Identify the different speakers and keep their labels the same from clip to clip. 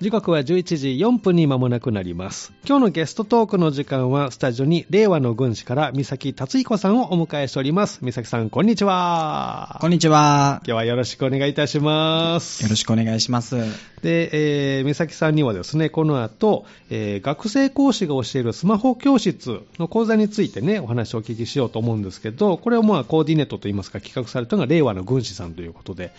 Speaker 1: 時刻は11時4分に間もなくなります今日のゲストトークの時間はスタジオに令和の軍師から三崎達彦さんをお迎えしております三崎さんこんにちは
Speaker 2: こんにちは
Speaker 1: 今。日はよろしくお願いいたします
Speaker 2: よろしくお願いします。
Speaker 1: で、えー、美咲さんにはですね、この後、えー学生講師が教えるスマホ教室の講座についてね、お話をお聞きしようと思うんですけど、これをまあ、コーディネートといいますか、企画されたのが令和の軍師さんということで、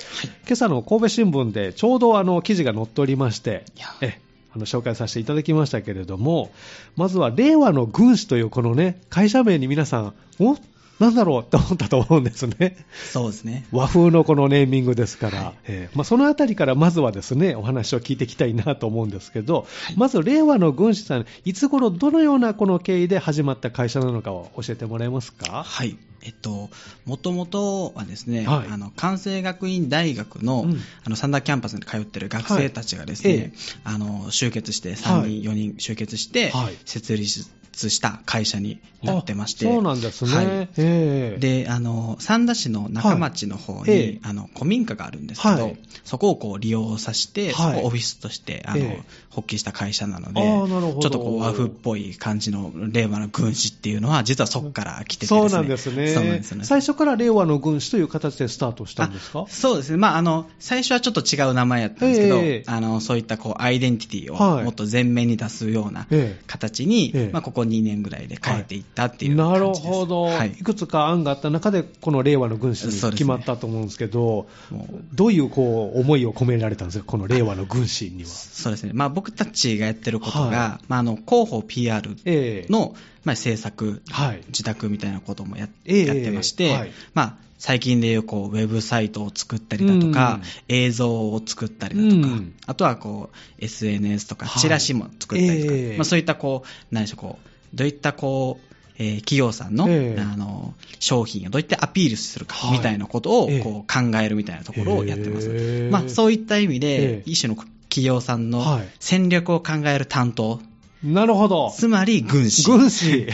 Speaker 1: 今朝の神戸新聞でちょうどあの、記事が載っておりまして
Speaker 2: いや、
Speaker 1: えあの紹介させていただきましたけれども、まずは令和の軍師というこのね、会社名に皆さん、おなんだろうって思ったと思うんですね。
Speaker 2: そうですね。
Speaker 1: 和風のこのネーミングですから、えーまあ、そのあたりからまずはですねお話を聞いていきたいなと思うんですけど、まず令和の軍師さんいつ頃どのようなこの経緯で始まった会社なのかを教えてもらえますか
Speaker 2: はい。えっと、もともとはですね、
Speaker 1: はい
Speaker 2: あの、関西学院大学の、
Speaker 1: うん
Speaker 2: あの、サンダーキャンパスに通ってる学生たちがですね、
Speaker 1: はいええ
Speaker 2: あの、集結して、3人、4人集結して、
Speaker 1: はい
Speaker 2: 設立した会社になってまして、
Speaker 1: あそうなんですね、
Speaker 2: はい
Speaker 1: えー
Speaker 2: で、あの、三田市の中町の方に、
Speaker 1: はいええ
Speaker 2: あの、古民家があるんですけど、
Speaker 1: はい
Speaker 2: そこをこう利用させて、
Speaker 1: はい
Speaker 2: そこをオフィスとして、あの、
Speaker 1: ええ
Speaker 2: 発起した会社なので、
Speaker 1: あ
Speaker 2: ち
Speaker 1: ー
Speaker 2: ょ
Speaker 1: なるほど
Speaker 2: っとこう和風っぽい感じの令和の軍師っていうのは、実はそこから来ててです
Speaker 1: そ
Speaker 2: ね。
Speaker 1: うなんですね
Speaker 2: そうなんですね。
Speaker 1: 最初から令和の軍師という形でスタートしたんですか
Speaker 2: あそうですね。まあ、あの、最初はちょっと違う名前やったんですけど、
Speaker 1: ええ
Speaker 2: あの、そういったこう、アイデンティティ
Speaker 1: はい
Speaker 2: をもっと前面に出すような
Speaker 1: ええ
Speaker 2: 形に、
Speaker 1: ええ
Speaker 2: まあ、ここ2年ぐらいで変えていったっていう
Speaker 1: な
Speaker 2: 感
Speaker 1: る
Speaker 2: じです。
Speaker 1: ほど、、
Speaker 2: はいい。
Speaker 1: くつか案があった中でこの令和の軍師に
Speaker 2: そうですね
Speaker 1: 決まったと思うんですけど
Speaker 2: もう
Speaker 1: どういうこう思いを込められたんですかこの令和の軍師には。
Speaker 2: そうですね、まあ、僕たちがやってることが、
Speaker 1: は
Speaker 2: まあ、あの広報 PR
Speaker 1: ええ
Speaker 2: の、まあ、制作、
Speaker 1: はい
Speaker 2: 自宅みたいなこともや,、
Speaker 1: ええ
Speaker 2: やってまして、
Speaker 1: はい
Speaker 2: まあ、最近でいうこうウェブサイトを作ったりだとか、映像を作ったりだとか、
Speaker 1: うん
Speaker 2: あとはこう SNS とか、
Speaker 1: はい
Speaker 2: チラシも作ったりとか、
Speaker 1: ええ
Speaker 2: まあ、そういったこう、何でしょう、こうどういったこう、えー企業さんの,、
Speaker 1: ええ
Speaker 2: あの商品をどうやってアピールするか
Speaker 1: はい
Speaker 2: みたいなことを
Speaker 1: ええ
Speaker 2: こう考えるみたいなところをやってます、
Speaker 1: へえ
Speaker 2: まあ、そういった意味で、
Speaker 1: ええ
Speaker 2: 一種の企業さんの
Speaker 1: はい
Speaker 2: 戦略を考える担当、
Speaker 1: なるほど。
Speaker 2: つまり軍師
Speaker 1: 軍師。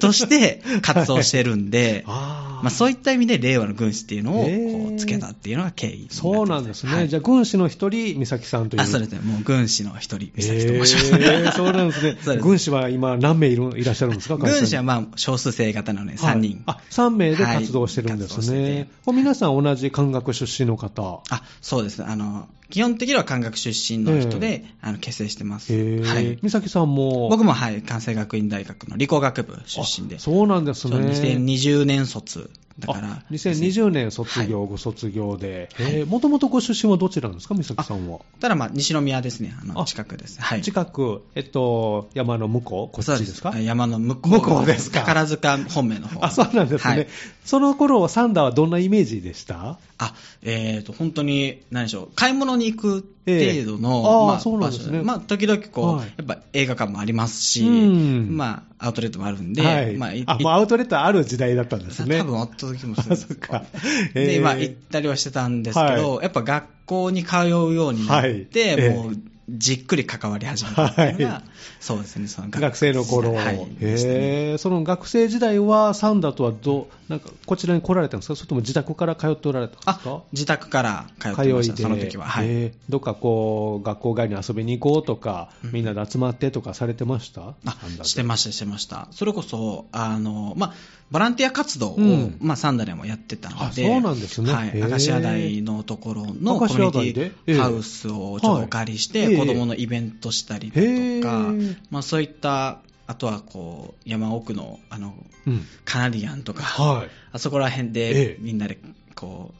Speaker 2: として活動してるんで、
Speaker 1: あー
Speaker 2: ま あ、そういった意味で令和の軍師っていうのを
Speaker 1: えー
Speaker 2: こうつけたっていうのが経緯にってます
Speaker 1: そうなんですね。
Speaker 2: はい
Speaker 1: じゃあ、軍師の一人、美咲さんという。
Speaker 2: あそうですね、もう軍師の一人、
Speaker 1: え
Speaker 2: 美咲と申します。
Speaker 1: ーそうなんですね
Speaker 2: そうです
Speaker 1: 軍師は今、何名いるいらっしゃるんですか
Speaker 2: 軍師は
Speaker 1: は
Speaker 2: まあ少数生型なので3人。
Speaker 1: あ、3名で活動してるんです
Speaker 2: はい活動
Speaker 1: ね
Speaker 2: してて。
Speaker 1: これ皆さん同じ漢学出身の方。
Speaker 2: あそうですあの基本的には漢学出身の人で、あの結成してます、
Speaker 1: へー
Speaker 2: はい、
Speaker 1: 美咲さんも。
Speaker 2: 僕も、はい、関西学院大学の理工学部出身で
Speaker 1: あそうなんですね。
Speaker 2: そう2020年卒だから
Speaker 1: あ2020年卒業、ご卒業で。もともとご出身はどちらなんですか、美咲さんは。
Speaker 2: ただまあ西宮ですねあの
Speaker 1: あ
Speaker 2: 近くですはい
Speaker 1: 近く、えっと、山の向こう、こっちですか
Speaker 2: そう山の向こう
Speaker 1: 向こうですか
Speaker 2: 宝塚本命の方
Speaker 1: あ、そうなんですね。
Speaker 2: はい
Speaker 1: その頃、サンダーはどんなイメージでした
Speaker 2: あえー、と本当に何でしょう買い物に行く
Speaker 1: ええ
Speaker 2: 程度の、
Speaker 1: あー
Speaker 2: ま
Speaker 1: そうなんですね
Speaker 2: 場所まあ、時々こう、
Speaker 1: はい
Speaker 2: やっぱ映画館もありますし、
Speaker 1: うん
Speaker 2: まあ、アウトレットもあるんで、
Speaker 1: はい。
Speaker 2: まあ、い
Speaker 1: あ、もうアウトレットある時代だったんですね。
Speaker 2: 多分あった時もするんですよ
Speaker 1: あそっかえ
Speaker 2: で、
Speaker 1: ー
Speaker 2: 今行ったりはしてたんですけど、やっぱ学校に通うようになって、
Speaker 1: はい
Speaker 2: もうじっくり関わり始めたっていうのが、
Speaker 1: はい
Speaker 2: そうですね、その
Speaker 1: 学生の頃。
Speaker 2: はいでしたね
Speaker 1: へーその学生時代は、サンダーとはどう、なんか、こちらに来られたんですかそれとも自宅から通っておられたんです
Speaker 2: あ
Speaker 1: か
Speaker 2: 自宅から通ってま
Speaker 1: 通
Speaker 2: し
Speaker 1: い
Speaker 2: た、
Speaker 1: で、
Speaker 2: その時は。はい
Speaker 1: えーどっかこう、学校外に遊びに行こうとか、
Speaker 2: うん
Speaker 1: みんなで集まってとかされてました
Speaker 2: あ
Speaker 1: サンダーで
Speaker 2: してました、してました。それこそ、あの、まあ、ボランティア活動を、
Speaker 1: うん
Speaker 2: まあ、サンダレもやってたので、
Speaker 1: あそうなんですね
Speaker 2: はい
Speaker 1: へえ
Speaker 2: 明石家台のところの
Speaker 1: 明
Speaker 2: コミ
Speaker 1: 石家台で
Speaker 2: ュニテ
Speaker 1: ええ
Speaker 2: ィハウスをちょっとお借りして、
Speaker 1: はいええ
Speaker 2: 子供のイベントしたりだ
Speaker 1: へ
Speaker 2: とか
Speaker 1: ー、
Speaker 2: まあ、そういった、あとはこう、山奥の、あの、
Speaker 1: うん。
Speaker 2: カナディアンとか、
Speaker 1: はい。
Speaker 2: あそこら辺
Speaker 1: ええ
Speaker 2: で、みんなで、こ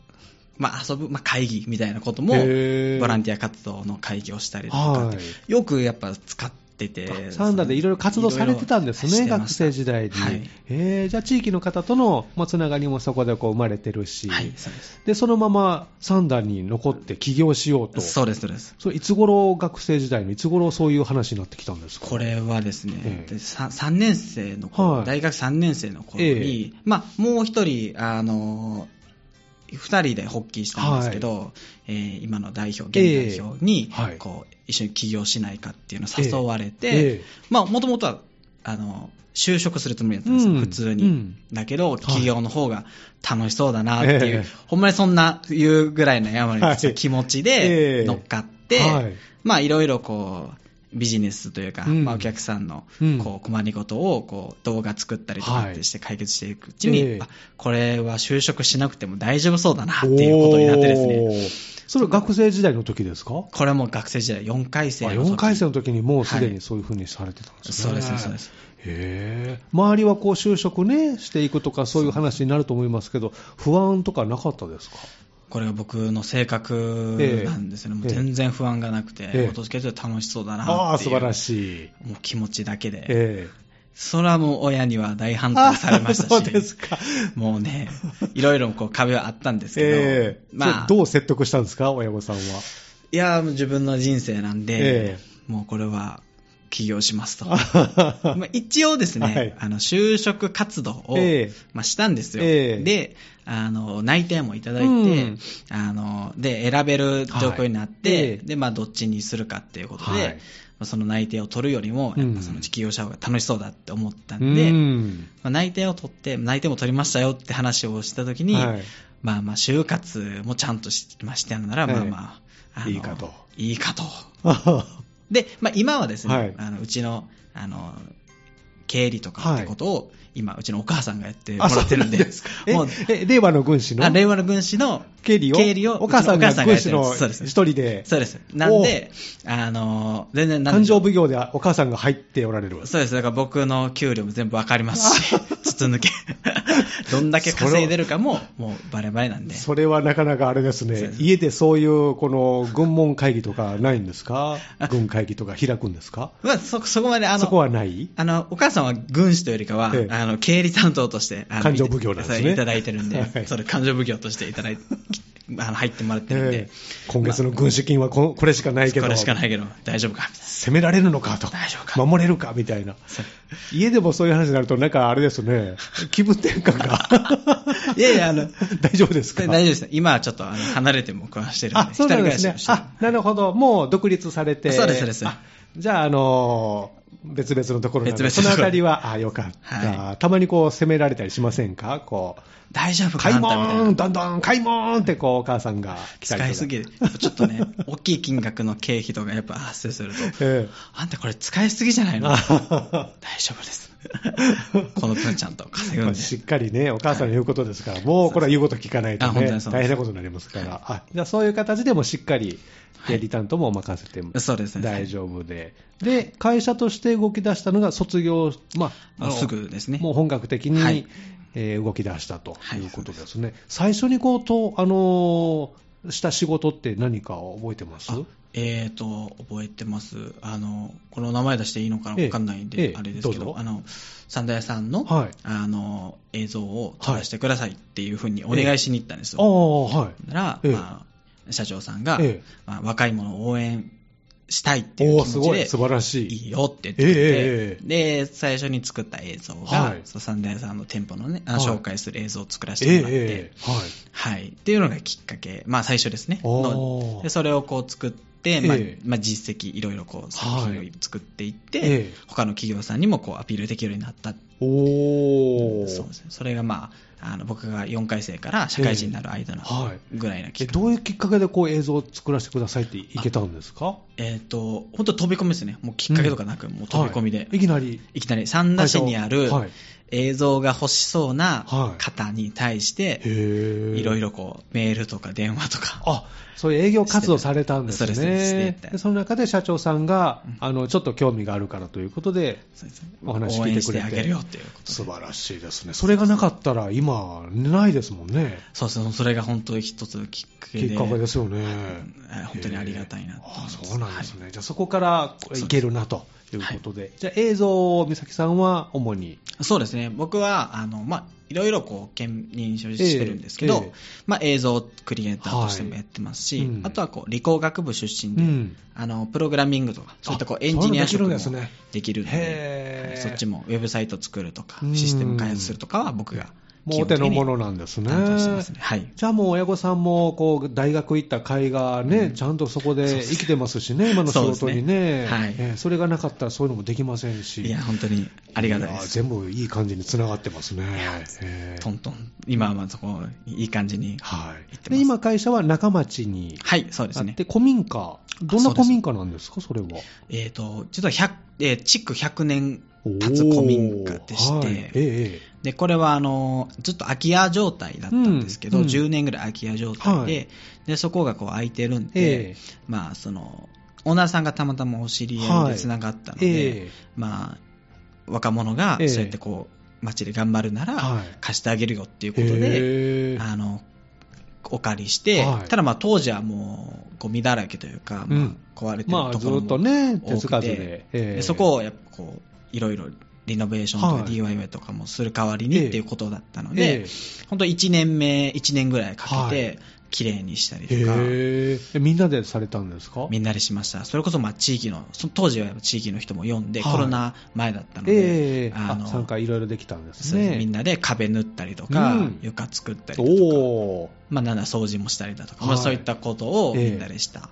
Speaker 2: う、まあ、遊ぶ、まあ、会議みたいなことも、
Speaker 1: へえ
Speaker 2: ボランティア活動の会議をしたりだとか、
Speaker 1: はい。
Speaker 2: よくやっぱ使ってて、
Speaker 1: あサンダーでいろいろ活動されてたんですね、
Speaker 2: いろいろ
Speaker 1: 学生時代に。
Speaker 2: はい、
Speaker 1: えーじゃあ、地域の方とのまあつながりもそこでこう生まれてるし、
Speaker 2: はい、そうです。
Speaker 1: でそのままサンダーに残って起業しようと、
Speaker 2: そうです、そうです。
Speaker 1: それいつ頃学生時代のいつ頃そういう話になってきたんですか、
Speaker 2: これはですね
Speaker 1: え、え
Speaker 2: でさ三 3, 年生の頃、
Speaker 1: はい
Speaker 2: 大学3年生の頃に、
Speaker 1: え
Speaker 2: まあ、もう一人、あの2人で発起したんですけど、えー今の代表、現代表に、
Speaker 1: ええはい
Speaker 2: こう一緒に起業しないかっていうのを誘われて、
Speaker 1: ええええ
Speaker 2: まあ、もともとはあの就職するつもりだったんですよ、
Speaker 1: うん
Speaker 2: 普通に、
Speaker 1: うん
Speaker 2: だけど、
Speaker 1: い
Speaker 2: 起業の方が楽しそうだなっていう、
Speaker 1: ええ
Speaker 2: ほんまにそんないうぐらいの山に
Speaker 1: はい
Speaker 2: 気持ち
Speaker 1: ええ
Speaker 2: で乗っかっって、
Speaker 1: はい
Speaker 2: まあいろいろこう、ビジネスというか、
Speaker 1: うん
Speaker 2: まあ、お客さんの
Speaker 1: うん
Speaker 2: こう困りごとをこう動画作ったりとかってして解決していくうち
Speaker 1: はいえ
Speaker 2: に、
Speaker 1: え
Speaker 2: あこれは就職しなくても大丈夫そうだなっていうことになってですね、
Speaker 1: ね。それ学生時代の時ですか
Speaker 2: これはもう学生時代4回生
Speaker 1: あ
Speaker 2: の時
Speaker 1: 4回生の時にもうすでにそういうふうにされてたんですね。
Speaker 2: そうですね、そうで。す。
Speaker 1: へえ。周りはこう就職ね、していくとかそういう話になると思いますけど、不安とかなかったですか
Speaker 2: これが僕の性格なんですよ
Speaker 1: え
Speaker 2: ね、
Speaker 1: え
Speaker 2: もう全然不安がなくて、
Speaker 1: ええ
Speaker 2: 落としけて楽しそうだなっていう
Speaker 1: ああ、素晴らしい。
Speaker 2: もう気持ちだけで、
Speaker 1: ええ。
Speaker 2: それはもう親には大反対されました
Speaker 1: あー そうで
Speaker 2: し、
Speaker 1: すか。
Speaker 2: もうね、いろいろこう壁はあったんですけど、
Speaker 1: ええ。
Speaker 2: まあ、
Speaker 1: それどう説得したんですか親御さんは。
Speaker 2: いや、もう自分の人生なんで、
Speaker 1: ええ
Speaker 2: もうこれは起業 しますと。
Speaker 1: あははは
Speaker 2: まあ、一応ですね、
Speaker 1: はい
Speaker 2: あの就職活動を、
Speaker 1: ええ
Speaker 2: まあ、したんですよ、
Speaker 1: ええ
Speaker 2: であの内定もいただいて、
Speaker 1: うん
Speaker 2: あので選べる状況になって、
Speaker 1: はいええ
Speaker 2: でまあ、どっちにするかっていうことで、
Speaker 1: はい
Speaker 2: まあその内定を取るよりも、
Speaker 1: うん
Speaker 2: やっぱその起業者の方が楽しそうだって思った
Speaker 1: うん
Speaker 2: で、ま
Speaker 1: ん。
Speaker 2: あ、内定を取って、内定も取りましたよって話をしたときに、
Speaker 1: はい
Speaker 2: まあまあ、就活もちゃんとしましてやるなら、
Speaker 1: ええ
Speaker 2: まあまあ、あの
Speaker 1: いいかと。
Speaker 2: いいかと。
Speaker 1: あはは
Speaker 2: で、まあ、今はですね、
Speaker 1: はい
Speaker 2: あのうちのあの経理とかってことを、今、うちのお母さんがやっても
Speaker 1: あ
Speaker 2: らってるんで、
Speaker 1: そうなですかえ
Speaker 2: もう
Speaker 1: え、令和の軍師の
Speaker 2: あ令和の軍師の
Speaker 1: 経理を
Speaker 2: 経理を
Speaker 1: お母さん
Speaker 2: う
Speaker 1: が
Speaker 2: ちのお母さん
Speaker 1: 軍
Speaker 2: がやっ
Speaker 1: 師
Speaker 2: てるん
Speaker 1: の
Speaker 2: ですそうです
Speaker 1: 一人で、
Speaker 2: そうです、なんで、あの全然なん
Speaker 1: 誕
Speaker 2: でしょ
Speaker 1: 生
Speaker 2: う
Speaker 1: 奉行でお母さんが入っておられる。
Speaker 2: そうです、だから僕の給料も全部わかりますし、筒 抜け、どんだけ稼いでるかも、もうバレバレなんで、
Speaker 1: それはなかなかあれです
Speaker 2: そう
Speaker 1: ね
Speaker 2: で、す
Speaker 1: 家でそういうこの軍門会議とかないんですか、軍会議とか開くんですか、
Speaker 2: まあ、そそこまであの
Speaker 1: そこはない
Speaker 2: あの、お母さんは軍師というよりかは、
Speaker 1: ええ
Speaker 2: あの、経理担当として、あの
Speaker 1: 勘定奉行なんですね
Speaker 2: いただいてるんで、
Speaker 1: はい
Speaker 2: それ勘定奉行としていただいあの、入ってもらってるん
Speaker 1: え
Speaker 2: で
Speaker 1: え、今月の軍資金はここれしかないけど、
Speaker 2: これしかないけど、大丈夫かみたい
Speaker 1: 攻められるのかと
Speaker 2: 大丈夫、か
Speaker 1: 守れるかみたいな、家でもそういう話になると、なんかあれですね、気分転換 が、
Speaker 2: な。いやいや、あの、
Speaker 1: 大丈夫ですか
Speaker 2: 大丈夫です。今はちょっと、あの、離れても暮らしてるんで、
Speaker 1: あ、そうなんです
Speaker 2: 一人暮
Speaker 1: ね
Speaker 2: ら。しをして
Speaker 1: あ、なるほど。もう独立されて。
Speaker 2: そうですそうです
Speaker 1: あじゃあ、あのー別々のところなんで
Speaker 2: 別々の
Speaker 1: そ
Speaker 2: と
Speaker 1: の
Speaker 2: ころ
Speaker 1: あたりは、あ、よかった、
Speaker 2: は
Speaker 1: たまにこう、責められたりしませんかこ
Speaker 2: る大丈
Speaker 1: う、
Speaker 2: 夫か
Speaker 1: 買
Speaker 2: あ
Speaker 1: い
Speaker 2: ん
Speaker 1: も
Speaker 2: たみた
Speaker 1: ー
Speaker 2: い
Speaker 1: ん、
Speaker 2: な。
Speaker 1: どんどん、買いもーんって、こう、お母さんが来たりとか。
Speaker 2: 使いすぎる。ちょっとね、大きい金額の経費とかやっぱ発生すると、
Speaker 1: ええ
Speaker 2: あんたこれ使いすぎじゃないの
Speaker 1: あ
Speaker 2: 大
Speaker 1: はは
Speaker 2: 丈夫です。この分ちゃんと稼ぐ
Speaker 1: ま
Speaker 2: ん
Speaker 1: あ
Speaker 2: で。
Speaker 1: しっかりね、お母さんの言うことですから、もうこれは言うこと聞かないと
Speaker 2: あ本
Speaker 1: ね
Speaker 2: 当に、そう
Speaker 1: 大変なことになりますから、あじゃあそういう形でもしっかり、経理担当も任せても
Speaker 2: そうですね。
Speaker 1: 大丈夫で、で会社として動き出したのが卒業、まあ、あ
Speaker 2: もう
Speaker 1: の
Speaker 2: すぐですね。
Speaker 1: もう本格的に、
Speaker 2: はい
Speaker 1: えー動き出したと
Speaker 2: はい
Speaker 1: いうことですね、最初にこうと、あのーした仕事って何か覚えてます
Speaker 2: あえーと、覚えてます。あの、この名前出していいのかな
Speaker 1: ええ
Speaker 2: わかんないんで、
Speaker 1: ええ
Speaker 2: あれですけど、
Speaker 1: どうぞ
Speaker 2: あの、三田屋さんの、
Speaker 1: はい
Speaker 2: あの、映像を撮らせてくださいっていうふうにお願いしに行ったんです
Speaker 1: あ
Speaker 2: よ。
Speaker 1: あ、はい。
Speaker 2: なら、
Speaker 1: ええ
Speaker 2: まあ、社長さんが、
Speaker 1: ええ
Speaker 2: まあ、若い者を応援したいってい
Speaker 1: お
Speaker 2: う
Speaker 1: お、
Speaker 2: 気
Speaker 1: す
Speaker 2: 持
Speaker 1: ごい、
Speaker 2: ち
Speaker 1: 素
Speaker 2: で、
Speaker 1: 晴らし
Speaker 2: い
Speaker 1: い。
Speaker 2: いよって言ってくれて、
Speaker 1: ええええ
Speaker 2: で、最初に作った映像が、
Speaker 1: はい
Speaker 2: そう三田屋さんの店舗のね、あの
Speaker 1: はい
Speaker 2: 紹介する映像を作らせ
Speaker 1: ええ
Speaker 2: てもらって、
Speaker 1: ええはい。
Speaker 2: はい。っていうのがきっかけ。まあ最初ですね。
Speaker 1: おー
Speaker 2: のでそれをこう作って、まあ、
Speaker 1: ええ
Speaker 2: まあ実績いろいろこう作品を
Speaker 1: はい
Speaker 2: 作っていって、
Speaker 1: ええ
Speaker 2: 他の企業さんにもこうアピールできるようになった。
Speaker 1: おお。
Speaker 2: そうですね。それがまあ、あの僕が4回生から社会人になる間の
Speaker 1: はい
Speaker 2: ぐらいの
Speaker 1: え
Speaker 2: 期間。
Speaker 1: どういうきっかけでこう映像を作らせてくださいっていけたんですか
Speaker 2: えっ、と、本当飛び込みですね。もうきっかけとかなく、もう飛び込みで。
Speaker 1: はい
Speaker 2: い
Speaker 1: いきなり。
Speaker 2: きなり三田市にある
Speaker 1: はい
Speaker 2: 映像が欲しそうな
Speaker 1: はい
Speaker 2: 方に対して、
Speaker 1: へえ。
Speaker 2: いろいろこうメールとか電話とか
Speaker 1: あそういう営業活動されたんですね。
Speaker 2: そうですねしてた
Speaker 1: でその中で社長さんが、あのちょっと興味があるからということで、
Speaker 2: そうですね
Speaker 1: お話
Speaker 2: 応
Speaker 1: 聞い
Speaker 2: 援
Speaker 1: てく
Speaker 2: し
Speaker 1: れ
Speaker 2: て
Speaker 1: て
Speaker 2: あげるよっていうことで
Speaker 1: 素晴らしいですね。それがなかったら、今、ないですもんね。
Speaker 2: そうですね、それが本当に一つのきっかけ
Speaker 1: き
Speaker 2: で。
Speaker 1: っかけですよね
Speaker 2: はい。本当にありがたいなと思い
Speaker 1: あ
Speaker 2: ます
Speaker 1: そうなんですね。じゃあ、そこから
Speaker 2: す
Speaker 1: いけるなということで、じゃあ、映像を美咲さんは主に、
Speaker 2: そうですね、僕は、あの、まあ、いろいろこう、兼任してるんですけど、
Speaker 1: ええええ
Speaker 2: まあ、映像クリエイターとしてもやってますし、
Speaker 1: はいうん
Speaker 2: あとはこう、理工学部出身で、
Speaker 1: うん
Speaker 2: あの、プログラミングとか、そういったこ
Speaker 1: あ
Speaker 2: う、エンジニア職も
Speaker 1: そういうのできるんですね
Speaker 2: できるん
Speaker 1: へえ
Speaker 2: で、はいそっちもウェブサイト作るとか
Speaker 1: う、ん
Speaker 2: システム開発するとかは僕が
Speaker 1: もうお手の物なんですね。
Speaker 2: 担当してますね。はい。
Speaker 1: じゃあもう親御さんも、こう、大学行った甲斐がね、
Speaker 2: うん
Speaker 1: ちゃんとそこで生きてますしね、今の仕事にね。
Speaker 2: そうですねはい
Speaker 1: えーそれがなかったらそういうのもできませんし。
Speaker 2: いや、本当にありがたいで
Speaker 1: や
Speaker 2: す。
Speaker 1: 全部いい感じにつながってますね。えー
Speaker 2: トントン。今はまあそこ、いい感じに。
Speaker 1: は
Speaker 2: 行って
Speaker 1: い。で、
Speaker 2: ます
Speaker 1: 今会社は中町に
Speaker 2: はい、そうで
Speaker 1: あ
Speaker 2: す
Speaker 1: っ
Speaker 2: ね。
Speaker 1: て、古民家。どんな古民家なんですか、それは。
Speaker 2: えっ、と、実は100、えー築100年
Speaker 1: おー
Speaker 2: 経つ古民家でして、
Speaker 1: はいええええ
Speaker 2: で、これはあの、ずっと空き家状態だったんですけど、
Speaker 1: うんうん
Speaker 2: 10年ぐらい空き家状態で、
Speaker 1: は
Speaker 2: で、そこがこう空いてるんで、
Speaker 1: ええ
Speaker 2: まあ、その、オーナーさんがたまたまお知り合いでつながったので、
Speaker 1: え
Speaker 2: まあ、若者が
Speaker 1: ええ
Speaker 2: そうやってこう、街で頑張るな
Speaker 1: え
Speaker 2: ら、
Speaker 1: はい。
Speaker 2: 貸してあげるよっていうことで、
Speaker 1: へえ
Speaker 2: あの、お借りして、
Speaker 1: はい
Speaker 2: ただまあ当時はもうゴミだらけというか、
Speaker 1: う
Speaker 2: まあ
Speaker 1: ん、
Speaker 2: 壊れてる
Speaker 1: まあ、
Speaker 2: と
Speaker 1: ず
Speaker 2: ころ
Speaker 1: っと
Speaker 2: も
Speaker 1: ね、手
Speaker 2: 多くて
Speaker 1: つかずで。ええ
Speaker 2: でそこをやっぱこういろいろリノベーションと
Speaker 1: は
Speaker 2: か
Speaker 1: い
Speaker 2: DIY とかもする代わり
Speaker 1: ええ
Speaker 2: にっていうことだったの
Speaker 1: え
Speaker 2: で、本当1年目、1年ぐらいかけて、綺麗にしたり
Speaker 1: え
Speaker 2: とか、
Speaker 1: へえみんなでされたんですか
Speaker 2: みんなでしました。それこそまあ地域の、その当時はやっぱ地域の人も読んで、
Speaker 1: はい
Speaker 2: コロナ前だったので、
Speaker 1: ええ
Speaker 2: あの
Speaker 1: あ参加いろいろできたんです
Speaker 2: そうです
Speaker 1: ね。
Speaker 2: みんなで壁塗ったりとか、
Speaker 1: うん
Speaker 2: 床作ったりとか、
Speaker 1: おお。
Speaker 2: まあ、なんだ掃除もしたりだとか、
Speaker 1: は
Speaker 2: ま
Speaker 1: い
Speaker 2: あ、そういったことを
Speaker 1: ええ
Speaker 2: みんなでした、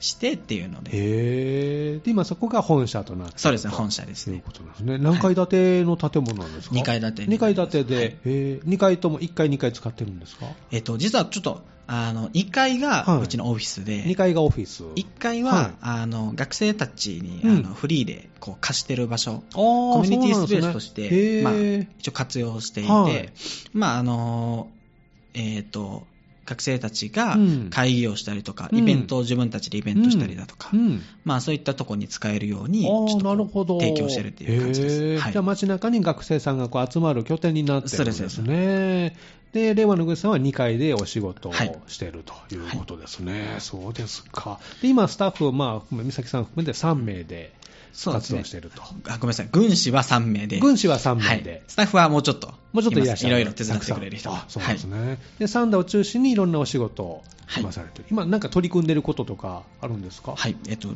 Speaker 2: してっていうので、
Speaker 1: へえで、今そこが本社となっている
Speaker 2: そうですね、
Speaker 1: と
Speaker 2: 本社です
Speaker 1: いう
Speaker 2: ね。
Speaker 1: ことなんですね。何階建ての建物なんですか、
Speaker 2: 2階建てに
Speaker 1: 二階建てで、
Speaker 2: はい
Speaker 1: え2階とも1階、2階使ってるんですか
Speaker 2: えっと、実はちょっと、あの、2階
Speaker 1: は
Speaker 2: が
Speaker 1: いう
Speaker 2: ちのオフィスで、
Speaker 1: ?2 階がオフィス。
Speaker 2: 1階は、
Speaker 1: はい
Speaker 2: あの、学生たちに、
Speaker 1: うん
Speaker 2: あの、フリーで、こう、貸してる場所、
Speaker 1: コ
Speaker 2: コミュニティスペースとしてまあ
Speaker 1: へ
Speaker 2: 一応活用していて、
Speaker 1: はい
Speaker 2: まあ、あの、えっ、と、学生たちが
Speaker 1: うん
Speaker 2: 会議をしたりとか、
Speaker 1: うん
Speaker 2: イベントを自分たちでイベントしたりだとか、
Speaker 1: うん
Speaker 2: まあ、そういったとこに使えるように、ちょ
Speaker 1: あ
Speaker 2: っ
Speaker 1: あ、なる
Speaker 2: と
Speaker 1: ほ
Speaker 2: こ
Speaker 1: ど。
Speaker 2: う提供してるっていう感じ
Speaker 1: へ
Speaker 2: で
Speaker 1: え
Speaker 2: す。はい
Speaker 1: じゃあ、街中に学生さんがこう集まる拠点になってるんですね。
Speaker 2: そう
Speaker 1: で、令和のグさんは2階でお仕事を
Speaker 2: はい
Speaker 1: しているということですね。そうですか。で、今、スタッフ、まあ、美咲さん含めて3名で
Speaker 2: そうで
Speaker 1: 活
Speaker 2: すね
Speaker 1: 動していると。
Speaker 2: あごめんなさい、軍師は3名で、
Speaker 1: 軍師は3名で。
Speaker 2: はい、スタッフはもうちょっと、
Speaker 1: もうちょっといらっしゃる。
Speaker 2: いろいろ手伝ってくれる人
Speaker 1: た
Speaker 2: が
Speaker 1: くさんあそうですね。で、サンダを中心にいろんなお仕事を今されてる。今、なんか取り組んでることとかあるんですか
Speaker 2: はい、はいえっと、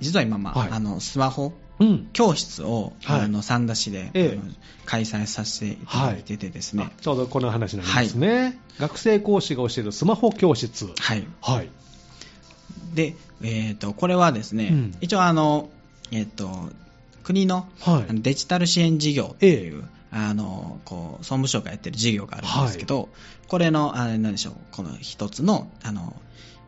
Speaker 2: 実は今、まあ
Speaker 1: はい
Speaker 2: あのスマホ
Speaker 1: うん。
Speaker 2: 教室を、
Speaker 1: はい
Speaker 2: あの三田市で、
Speaker 1: ええ
Speaker 2: あの開催させていただいててですね
Speaker 1: あ、ちょうどこの話なんですね、学生講師が教えるスマホ教室。
Speaker 2: はい、
Speaker 1: はい。
Speaker 2: で、えっとこれはですね、
Speaker 1: うん
Speaker 2: 一応あの、えっと国の
Speaker 1: は
Speaker 2: あ
Speaker 1: い。
Speaker 2: のデジタル支援事業っていう、あのこう総務省がやってる事業があるんですけど、これの、あ何でしょう、この一つの、あの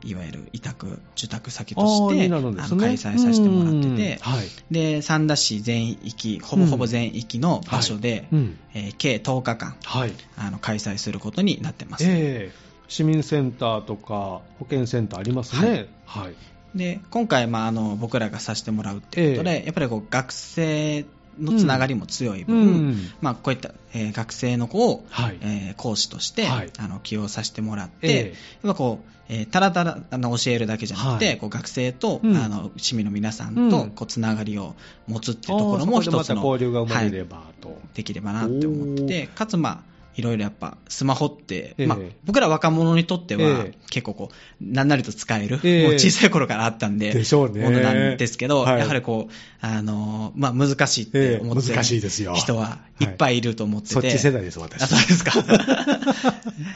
Speaker 2: いわゆる委託、受託先とし
Speaker 1: あー
Speaker 2: て、
Speaker 1: になるんです
Speaker 2: あの
Speaker 1: ね
Speaker 2: 開催させてもらってて、
Speaker 1: うんはい。
Speaker 2: で三田市全域、ほぼほぼ全域の場所で、
Speaker 1: うん。
Speaker 2: えー計10日間
Speaker 1: はい。
Speaker 2: あの開催することになってます。
Speaker 1: ええ市民センターとか保健センターありますね。はい。
Speaker 2: で今回、まあ、あの僕らがさせてもらうっていうことで、やっぱりこう学生のつながりも強い分、
Speaker 1: うん。
Speaker 2: まあ、こういった、えー学生の子を、
Speaker 1: はい。
Speaker 2: えー講師として、
Speaker 1: はい
Speaker 2: あの起用させてもらって、
Speaker 1: ええ
Speaker 2: やっぱこうえーただただあの教えるだけじゃなくて、
Speaker 1: はい
Speaker 2: こう学生と、
Speaker 1: うん
Speaker 2: あの市民の皆さ
Speaker 1: うん
Speaker 2: と
Speaker 1: ん
Speaker 2: こうつながりを持つっていうところも
Speaker 1: あーそで
Speaker 2: 一つ
Speaker 1: また
Speaker 2: の、
Speaker 1: 交流が生まれ
Speaker 2: は
Speaker 1: れ
Speaker 2: い
Speaker 1: ばと。
Speaker 2: できればなって思っててかつまあいろいろやっぱスマホって、
Speaker 1: ええ
Speaker 2: まあ、僕ら若者にとっては、
Speaker 1: ええ
Speaker 2: 結構こうなんなりと使える、
Speaker 1: ええ
Speaker 2: もう小さい頃からあったんで
Speaker 1: でしょうね
Speaker 2: ものなんですけど、
Speaker 1: はい
Speaker 2: やはりこうあの、まあ、難しいって
Speaker 1: ええ
Speaker 2: 思ってる
Speaker 1: 難しいですよ
Speaker 2: 人はいっぱいいると思ってて、
Speaker 1: そっち世代です、私
Speaker 2: あ、。そうで すか。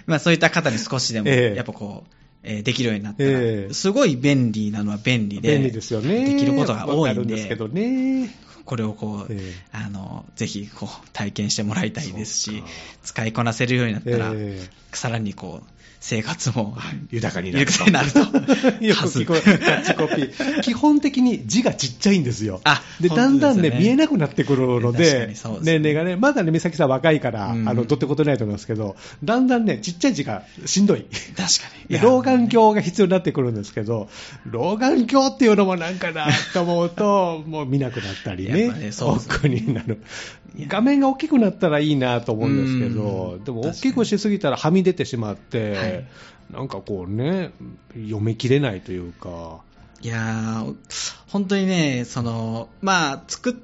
Speaker 2: まあそういった方に少しでも、
Speaker 1: ええ
Speaker 2: やっぱこう、えーできるようになったら、
Speaker 1: ええ
Speaker 2: すごい便利なのは便利で、
Speaker 1: 便利ですよね。
Speaker 2: できることが多
Speaker 1: わ
Speaker 2: い
Speaker 1: か
Speaker 2: ん
Speaker 1: る
Speaker 2: で
Speaker 1: んですけどね。
Speaker 2: これをこう、
Speaker 1: ええ
Speaker 2: あの、ぜひこう、体験してもらいたいです
Speaker 1: そう
Speaker 2: し
Speaker 1: か、
Speaker 2: 使いこなせるようになったら、
Speaker 1: ええ
Speaker 2: さらにこう、生活も、
Speaker 1: 豊かになる
Speaker 2: 豊かになると。
Speaker 1: よく聞こえ キャッチコピー。基本的に字がちっちゃいんですよ。
Speaker 2: あ
Speaker 1: で、だんだんね、
Speaker 2: 本当ですよね
Speaker 1: 見えなくなってくるの
Speaker 2: 確か
Speaker 1: で
Speaker 2: にそう、ですね
Speaker 1: 年齢がね、まだね、美咲さん若いから、あ
Speaker 2: うん
Speaker 1: の、どってことないと思いますけど、だんだんね、ちっちゃい字がしんどい。
Speaker 2: 確かに。
Speaker 1: で老眼鏡が必要になってくるんですけど、老眼鏡っていうのもなんかなと思うと、もう見なくなったりね、
Speaker 2: やっぱねそうですね
Speaker 1: 奥になる。画面が大きくなったらいいなと思うんですけど
Speaker 2: う、ん
Speaker 1: でも大
Speaker 2: 確か
Speaker 1: き
Speaker 2: に
Speaker 1: くしすぎたらはみ出てしまって、
Speaker 2: はい
Speaker 1: なんかこうね、読み切れないというか、
Speaker 2: いやー、本当にね、その、まあ、作っ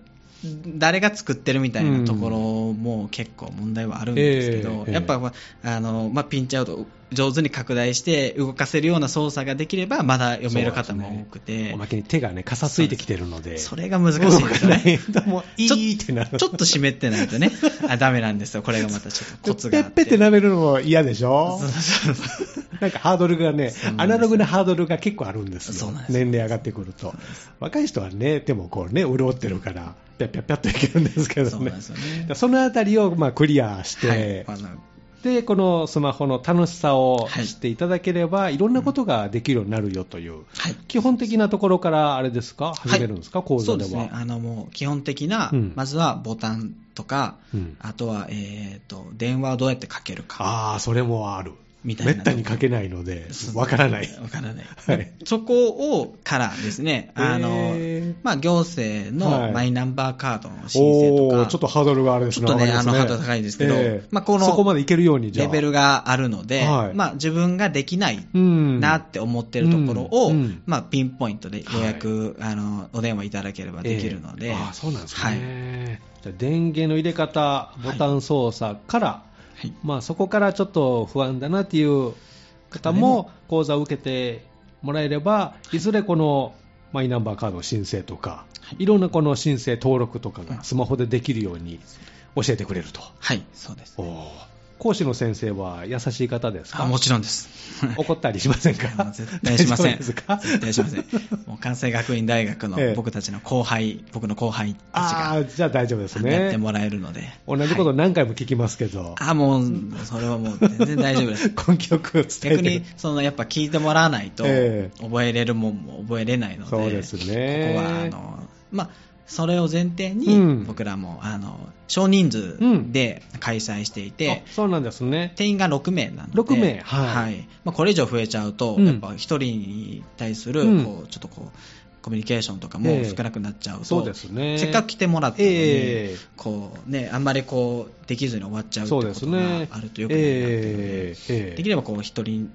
Speaker 2: 誰が作ってるみたいなところも結構問題はあるんですけど、
Speaker 1: うんええ
Speaker 2: やっぱ、まああのまあ、ピンチアウト上手に拡大して動かせるような操作ができればまだ読める方も多くて
Speaker 1: おまけに手がね、かさついてきてるので。
Speaker 2: それが難しいんですよね。
Speaker 1: 動かないともう、い
Speaker 2: ちょ
Speaker 1: いってなる。
Speaker 2: ちょっと湿ってないとね、あダメなんですよ。これがまたちょっとコツ
Speaker 1: ペ
Speaker 2: があ
Speaker 1: ッペって
Speaker 2: な
Speaker 1: 舐めるのも嫌でしょ
Speaker 2: そうそうそう
Speaker 1: なんかハードルがね
Speaker 2: そうなんです、よ
Speaker 1: アナログなハードルが結構あるんです
Speaker 2: そ
Speaker 1: よ
Speaker 2: うなん。ですよ
Speaker 1: 年齢上がってくると
Speaker 2: そうなんです。
Speaker 1: 若い人はね、手もこうね、潤ってるから、ぴゃっぴゃっぴゃっといけるんですけど
Speaker 2: そう
Speaker 1: ね
Speaker 2: なんです。よね
Speaker 1: そのあたりをまあクリアして、
Speaker 2: はいあの
Speaker 1: で、このスマホの楽しさを
Speaker 2: はい
Speaker 1: 知っていただければ、い、ろんなことができるようになるよという、
Speaker 2: はい
Speaker 1: 基本的なところからあれですか、始めるんですか、講
Speaker 2: そ
Speaker 1: 座
Speaker 2: う
Speaker 1: で
Speaker 2: で
Speaker 1: は。
Speaker 2: すね。あの、もう基本的な、
Speaker 1: うん
Speaker 2: まずはボタンとか、
Speaker 1: うん
Speaker 2: あとは、えっ、と、電話をどうやってかけるか、
Speaker 1: ああ、それもある。
Speaker 2: みたい
Speaker 1: め
Speaker 2: な。
Speaker 1: ったにかけないので、わからない。
Speaker 2: わからない。
Speaker 1: はい。
Speaker 2: そこを、からですね、あの、
Speaker 1: えー
Speaker 2: まあ、行政
Speaker 1: は
Speaker 2: の
Speaker 1: い
Speaker 2: マイナンバーカードの申請と
Speaker 1: お
Speaker 2: か、
Speaker 1: ーちょっとハードルがあれですね。
Speaker 2: ちょっとね
Speaker 1: 上がります
Speaker 2: あのハードル高いですけどまあこの
Speaker 1: そこまでいけるように、じゃあ。
Speaker 2: レベルがあるので、
Speaker 1: はい
Speaker 2: まあ、自分ができない
Speaker 1: うん。
Speaker 2: なって思ってるところを、
Speaker 1: うんうん
Speaker 2: まあ、ピンポイントで予約、あのお電話いただければできるので、
Speaker 1: ええああ、そうなんですね。じゃあ電源の入れ方、ボタン操作から、
Speaker 2: はい
Speaker 1: まあ、そこからちょっと不安だなっていう方も講座を受けてもらえれば、いずれこのマイナンバーカードの申請とか、いろんなこの申請登録とか
Speaker 2: うん
Speaker 1: がスマホでできるように教えてくれると。
Speaker 2: はい、そうです。
Speaker 1: おー講師の先生は優しい方です
Speaker 2: あ
Speaker 1: か
Speaker 2: もちろんです。
Speaker 1: 怒ったりしません
Speaker 2: いやも
Speaker 1: か
Speaker 2: う 絶対しま
Speaker 1: 大
Speaker 2: せん。
Speaker 1: 丈夫ですか
Speaker 2: 絶対しません。もう関西学院大学
Speaker 1: ええ
Speaker 2: の僕たちの後輩、僕の後輩
Speaker 1: あ
Speaker 2: た
Speaker 1: あ、じゃあ大丈夫で
Speaker 2: ち
Speaker 1: す
Speaker 2: がやって
Speaker 1: ね。
Speaker 2: もらえるので。
Speaker 1: 同じこと何回も聞きますけど、
Speaker 2: あ、もう、それはもう全然大丈夫です。
Speaker 1: 根気よく伝え
Speaker 2: 逆
Speaker 1: て
Speaker 2: に、その、やっぱ聞いてもらわないと、
Speaker 1: え
Speaker 2: 覚えれるもんも覚えれないので、
Speaker 1: そうですね
Speaker 2: ここは、あの、まあ、それを前提
Speaker 1: う
Speaker 2: に、
Speaker 1: ん
Speaker 2: 僕らも、あの、少人数で開催していて
Speaker 1: あ、そうなんですね。
Speaker 2: 定員が6名なので、
Speaker 1: 6名はい
Speaker 2: まあ、これ以上増えちゃうと、
Speaker 1: うん
Speaker 2: やっぱ1人に対するこう、
Speaker 1: うん
Speaker 2: ちょっとこう、コミュニケーションとか
Speaker 1: え
Speaker 2: も
Speaker 1: え
Speaker 2: 少なくなっちゃうと、
Speaker 1: そうですね。
Speaker 2: せっかく来てもらったのに、
Speaker 1: ええ
Speaker 2: こうね、あんまりこうできずに終わっちゃうって
Speaker 1: そ
Speaker 2: こ
Speaker 1: う
Speaker 2: と
Speaker 1: です
Speaker 2: が
Speaker 1: ね。
Speaker 2: あるとよくないなっていうので、
Speaker 1: ええええ
Speaker 2: できればこう一人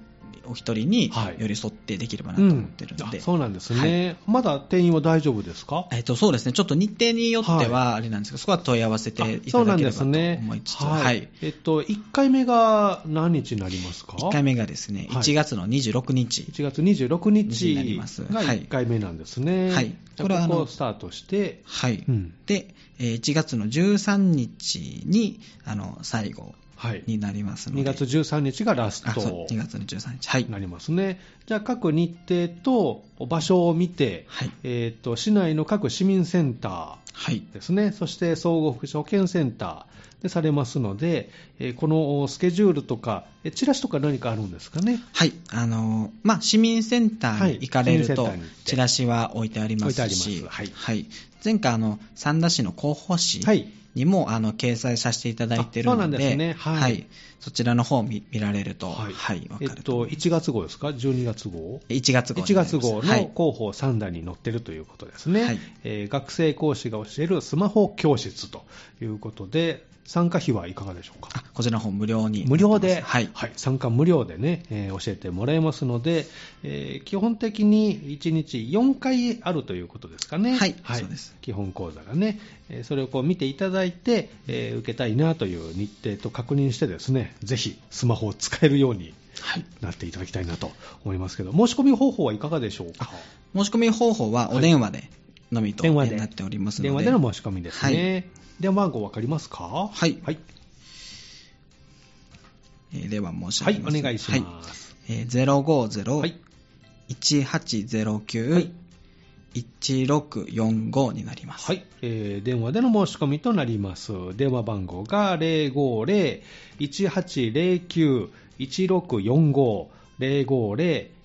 Speaker 2: お一人に
Speaker 1: はい
Speaker 2: 寄り添ってできればなと思ってるので、
Speaker 1: うんあそうなんですね、まだ定員は大丈夫ですか
Speaker 2: えっとそうですねちょっと日程によってはあれなんですけど、そこは問い合わせてい
Speaker 1: そ
Speaker 2: た
Speaker 1: うな
Speaker 2: だ
Speaker 1: ん
Speaker 2: け
Speaker 1: で
Speaker 2: ればと
Speaker 1: すね
Speaker 2: 思いつつ、
Speaker 1: はい
Speaker 2: はい、
Speaker 1: えっと、1回目が何日になりますか
Speaker 2: 1回目がですね
Speaker 1: はい
Speaker 2: 1月の26日、
Speaker 1: 1月26
Speaker 2: になり
Speaker 1: 日
Speaker 2: ます
Speaker 1: が
Speaker 2: はい
Speaker 1: 1回目なんですね、
Speaker 2: はい
Speaker 1: じゃ
Speaker 2: これは
Speaker 1: あ
Speaker 2: あ
Speaker 1: こ
Speaker 2: の
Speaker 1: こをスタートして、
Speaker 2: はい
Speaker 1: うん
Speaker 2: で、えー1月の13日にあの最後
Speaker 1: はい、
Speaker 2: になりますので、
Speaker 1: 2月13日がラス
Speaker 2: あそう
Speaker 1: ト
Speaker 2: 2月の13日、はい
Speaker 1: になりますね、じゃあ各日程と場所を見て、
Speaker 2: はい
Speaker 1: えっと市内の各市民センタ
Speaker 2: はい
Speaker 1: ーですね、そして総合福祉保健センターでされますので、えーこのスケジュールとか、えチラシとか何かあるんですかね。
Speaker 2: はいあのまあ、市民センターに行かれると、
Speaker 1: はい市民センターに行って
Speaker 2: チラシは置いてありま
Speaker 1: 置い
Speaker 2: すし、
Speaker 1: てありますはい
Speaker 2: 前回あの、三田市の広報誌
Speaker 1: はい
Speaker 2: にも、あの掲載させていただいてる
Speaker 1: あそうな
Speaker 2: の
Speaker 1: ん
Speaker 2: で、
Speaker 1: ですねはい
Speaker 2: そちらの方を見見られると、はいわか
Speaker 1: えっ
Speaker 2: ると
Speaker 1: と、1月号ですか、12月号
Speaker 2: 1月号に
Speaker 1: 1
Speaker 2: なります
Speaker 1: 月号の
Speaker 2: は
Speaker 1: 広
Speaker 2: い
Speaker 1: 報3段に載ってるということですね、
Speaker 2: はい
Speaker 1: えー学生講師が教えるスマホ教室ということで、参加費はいかがでしょうか。
Speaker 2: あこちらの方無料になってます
Speaker 1: 無料で、
Speaker 2: はい
Speaker 1: 参加無料でね、えー教えてもらえますので、えー基本的に1日4回あるということですかね。
Speaker 2: はいそうです
Speaker 1: 基本講座がね、えーそれをこう見ていただいて、えー受けたいなという日程と確認してですね、ぜひスマホを使えるように
Speaker 2: はい
Speaker 1: なっていただきたいなと思いますけど、申し込み方法はいかがでしょうか。
Speaker 2: 申し込み方法はお電話でのみと、
Speaker 1: 電話で
Speaker 2: なっておりますので
Speaker 1: 電話での申し込みですね。電話番号わかりますか
Speaker 2: はい
Speaker 1: はい。
Speaker 2: えーでは申し
Speaker 1: はい
Speaker 2: 上げ、ます、
Speaker 1: お願いし
Speaker 2: は
Speaker 1: ます。
Speaker 2: いえー、
Speaker 1: はい
Speaker 2: 050-1809-1645になります、
Speaker 1: はい、えー電話での申し込みとなります。電話番号が050-1809-1645、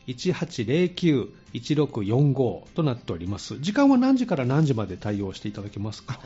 Speaker 1: 050-1809-1645となっております。時間は何時から何時まで対応していただけますか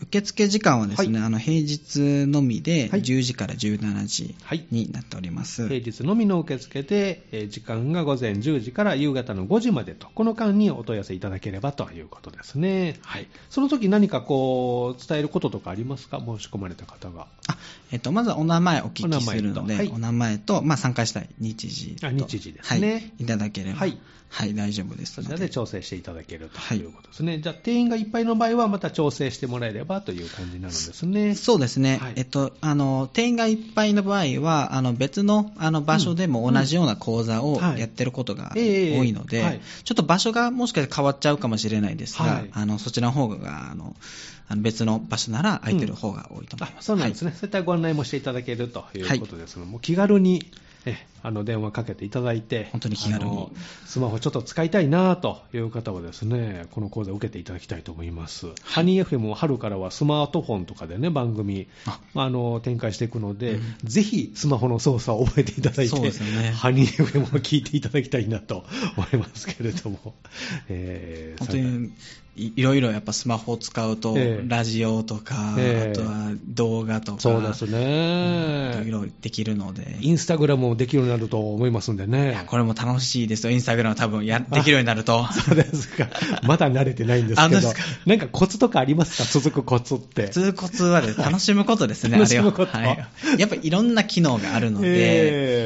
Speaker 2: 受付時間はですね、あの平日のみで
Speaker 1: はい
Speaker 2: 10時から17時
Speaker 1: はい
Speaker 2: になっております、
Speaker 1: 平日のみの受付で、えー時間が午前10時から夕方の5時までと、この間にお問い合わせいただければということですね。はい。その時何かこう、伝えることとかありますか申し込まれた方が。
Speaker 2: あえっと、まずはお名前お聞きするので、お名
Speaker 1: お名前
Speaker 2: 前
Speaker 1: と
Speaker 2: と、
Speaker 1: はい
Speaker 2: まあ、参加したい日時と
Speaker 1: あ日時ですね
Speaker 2: はい。いただければ、
Speaker 1: はい
Speaker 2: はい大丈夫です
Speaker 1: そ
Speaker 2: の
Speaker 1: ち
Speaker 2: で。
Speaker 1: らで調整していただけると
Speaker 2: はい
Speaker 1: いうことですね。じゃあ、定員がいっぱいの場合は、また調整してもらえればという感じなのですね。
Speaker 2: そうですね、
Speaker 1: はい
Speaker 2: えっと、あの定員がいっぱいの場合は、あの別のあの場所でも同じような講座
Speaker 1: うん
Speaker 2: を
Speaker 1: はい
Speaker 2: やってることが多
Speaker 1: ええ
Speaker 2: いので、
Speaker 1: はい
Speaker 2: ちょっと場所がもしかして変わっちゃうかもしれないですが、
Speaker 1: はい
Speaker 2: あのそちらの方があのあの別の場所なら空いてる方が多いと思い
Speaker 1: あ
Speaker 2: ます。
Speaker 1: そうなんですね、そういったご案内もしていただけるということですので、もう気軽に、ね、あの電話かけていただいて、
Speaker 2: 本当に気軽に
Speaker 1: あのスマホちょっと使いたいなという方はですね、この講座を受けていただきたいと思います。ハニー FM も春からはスマートフォンとかでね、番組、
Speaker 2: あ
Speaker 1: あの展開していくので、
Speaker 2: うん
Speaker 1: ぜひスマホの操作を覚えていただいて、
Speaker 2: そうですよね
Speaker 1: ハニー FM を聞いていただきたいなと思いますけれども。えー
Speaker 2: 本当にいいろいろやっぱスマホを使うと、
Speaker 1: ええ
Speaker 2: ラジオとか、
Speaker 1: ええ
Speaker 2: あとは動画とか、
Speaker 1: そうですね。
Speaker 2: いろいろできるので、
Speaker 1: インスタグラムもできるようになると思いますんで
Speaker 2: いや
Speaker 1: ね。
Speaker 2: これも楽しいですよ、インスタグラム多分やできるようになると。
Speaker 1: そうですか。まだ慣れてないんです
Speaker 2: あ
Speaker 1: け
Speaker 2: そうで
Speaker 1: ど
Speaker 2: すか。
Speaker 1: なんかコツとかありますか続くコツって。
Speaker 2: 通コツはですね楽しむことですね、
Speaker 1: 楽
Speaker 2: あ
Speaker 1: し
Speaker 2: れは。
Speaker 1: むこと
Speaker 2: はい。やっぱいろんな機能があるので、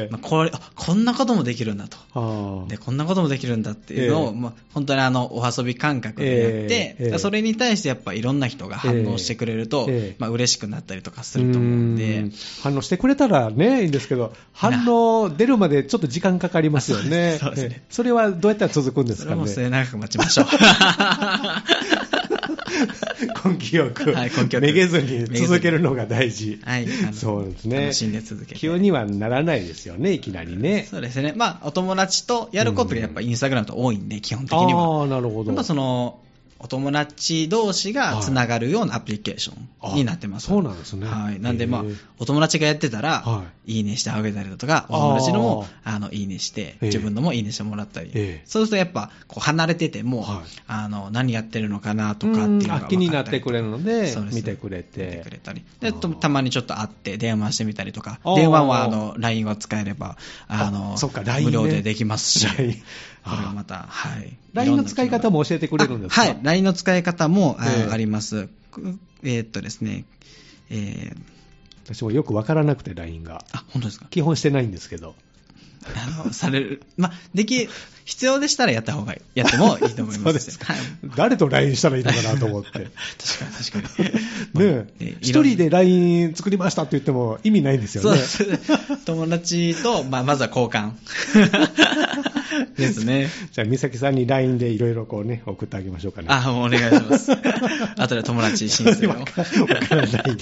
Speaker 1: ええ
Speaker 2: まあこれ、あこんなこともできるんだと。
Speaker 1: ああ
Speaker 2: で、こんなこともできるんだっていうのを、
Speaker 1: ええ
Speaker 2: まあ本当にあの、お遊び感覚でやっ
Speaker 1: ええええ
Speaker 2: て、それに対してやっぱいろんな人が反応してくれると、
Speaker 1: ええええ
Speaker 2: まあ嬉しくなったりとかすると思うんで、
Speaker 1: うん反応してくれたらね、いいんですけど、反応出るまでちょっと時間かかりますよね。
Speaker 2: あそうですそうですね
Speaker 1: ええそれはどうやったら続くんです
Speaker 2: そ
Speaker 1: か
Speaker 2: れ
Speaker 1: ね
Speaker 2: も。末永く待ち ましょう。
Speaker 1: 根気よく、
Speaker 2: はい根気よく
Speaker 1: めげずに続けるのが大事。
Speaker 2: はい。あの
Speaker 1: そうですね
Speaker 2: 楽しんで続けて。
Speaker 1: 急にはならないですよね、いきなりね。
Speaker 2: そうですね。まあ、お友達とやることがやっぱインスタグラムと多いんで、基本的には。
Speaker 1: ああ、なるほ
Speaker 2: や
Speaker 1: ど。
Speaker 2: っぱその、お友達同士がつながるようなアプリケーションになってます。
Speaker 1: あそうなんですね
Speaker 2: はい。なんでまあ
Speaker 1: へえ、
Speaker 2: お友達がやってたら、
Speaker 1: はい
Speaker 2: いねしてあげたりだとか、お友達のも、あの、いいねして、
Speaker 1: ええ
Speaker 2: 自分のもいいねしてもらったり。
Speaker 1: ええ
Speaker 2: そうするとやっぱ、こう、離れてても、
Speaker 1: はい
Speaker 2: あの、何やってるのかなとかっていう
Speaker 1: う
Speaker 2: のが分か
Speaker 1: ん
Speaker 2: た
Speaker 1: あ
Speaker 2: り。
Speaker 1: 気になってくれるので
Speaker 2: そう、す
Speaker 1: 見てくれて。
Speaker 2: 見てくれたり。
Speaker 1: あ
Speaker 2: で、
Speaker 1: ー
Speaker 2: とたまにちょっと会って、電話してみたりとか
Speaker 1: あー、
Speaker 2: 電話は、あの、LINE を使えれば、あの、
Speaker 1: そっか LINE ね
Speaker 2: 無料でできますし、これ
Speaker 1: LINE
Speaker 2: がまた、はい。
Speaker 1: LINE の使い方も教えてくれるんですか
Speaker 2: あはい、LINE の使い方も、あ
Speaker 1: ええ
Speaker 2: あります。くえーっとですね、えー、
Speaker 1: 私もよくわからなくて、LINE が。
Speaker 2: あ、本当ですか。
Speaker 1: 基本してないんですけど。
Speaker 2: あの、される、 ま、でき、必要でしたらやった方がいい、やってもいいと思いま す。
Speaker 1: そうですか
Speaker 2: はい。
Speaker 1: 誰と LINE したらいいのかなと思 って。
Speaker 2: 確かに、確かに。
Speaker 1: ねえ
Speaker 2: で
Speaker 1: 一人で LINE 作りましたって言っても意味ないんです
Speaker 2: そ
Speaker 1: よ
Speaker 2: う
Speaker 1: ね
Speaker 2: で。す。友達と、まあ、まずは交 換。ですね。
Speaker 1: じゃあ、美咲さんに LINE でいろいろこうね、送ってあげましょうかね。
Speaker 2: あ、もうお願い します。あとで友達申請を。
Speaker 1: わかわからないんで すけど。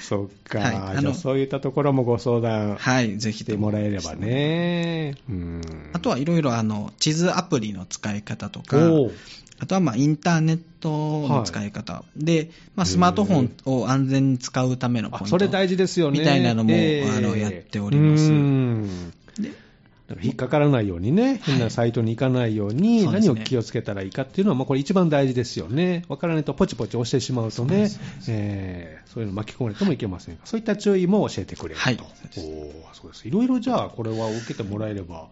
Speaker 1: そっか、
Speaker 2: はいあの
Speaker 1: じゃあそういったところもご相談
Speaker 2: はい、ぜひ
Speaker 1: し
Speaker 2: と
Speaker 1: てもらえれば。ね。うん。
Speaker 2: あとはいろいろ、あの、地図アプリの使い方とか、
Speaker 1: おう
Speaker 2: あとは、まあ、インターネットの使い方。で、まあ、スマートフォンを安全に使うためのポイン
Speaker 1: あ
Speaker 2: ト。
Speaker 1: それ大事ですよね。
Speaker 2: みたいなのも
Speaker 1: ええ
Speaker 2: あのやっております
Speaker 1: うん
Speaker 2: で
Speaker 1: だから引っかからないようにね、変なサイトに行かないように、
Speaker 2: そうですね
Speaker 1: 何を気をつけたらいいかっていうのは、まあ、これ一番大事ですよね。わからないとポチポチ押してしまうとね、そう,、えーそういうの巻き込まれてもいけませんが、そういった注意も教えてくれると。
Speaker 2: はい
Speaker 1: おーそうです。いろいろじゃあ、これは受けてもらえれば、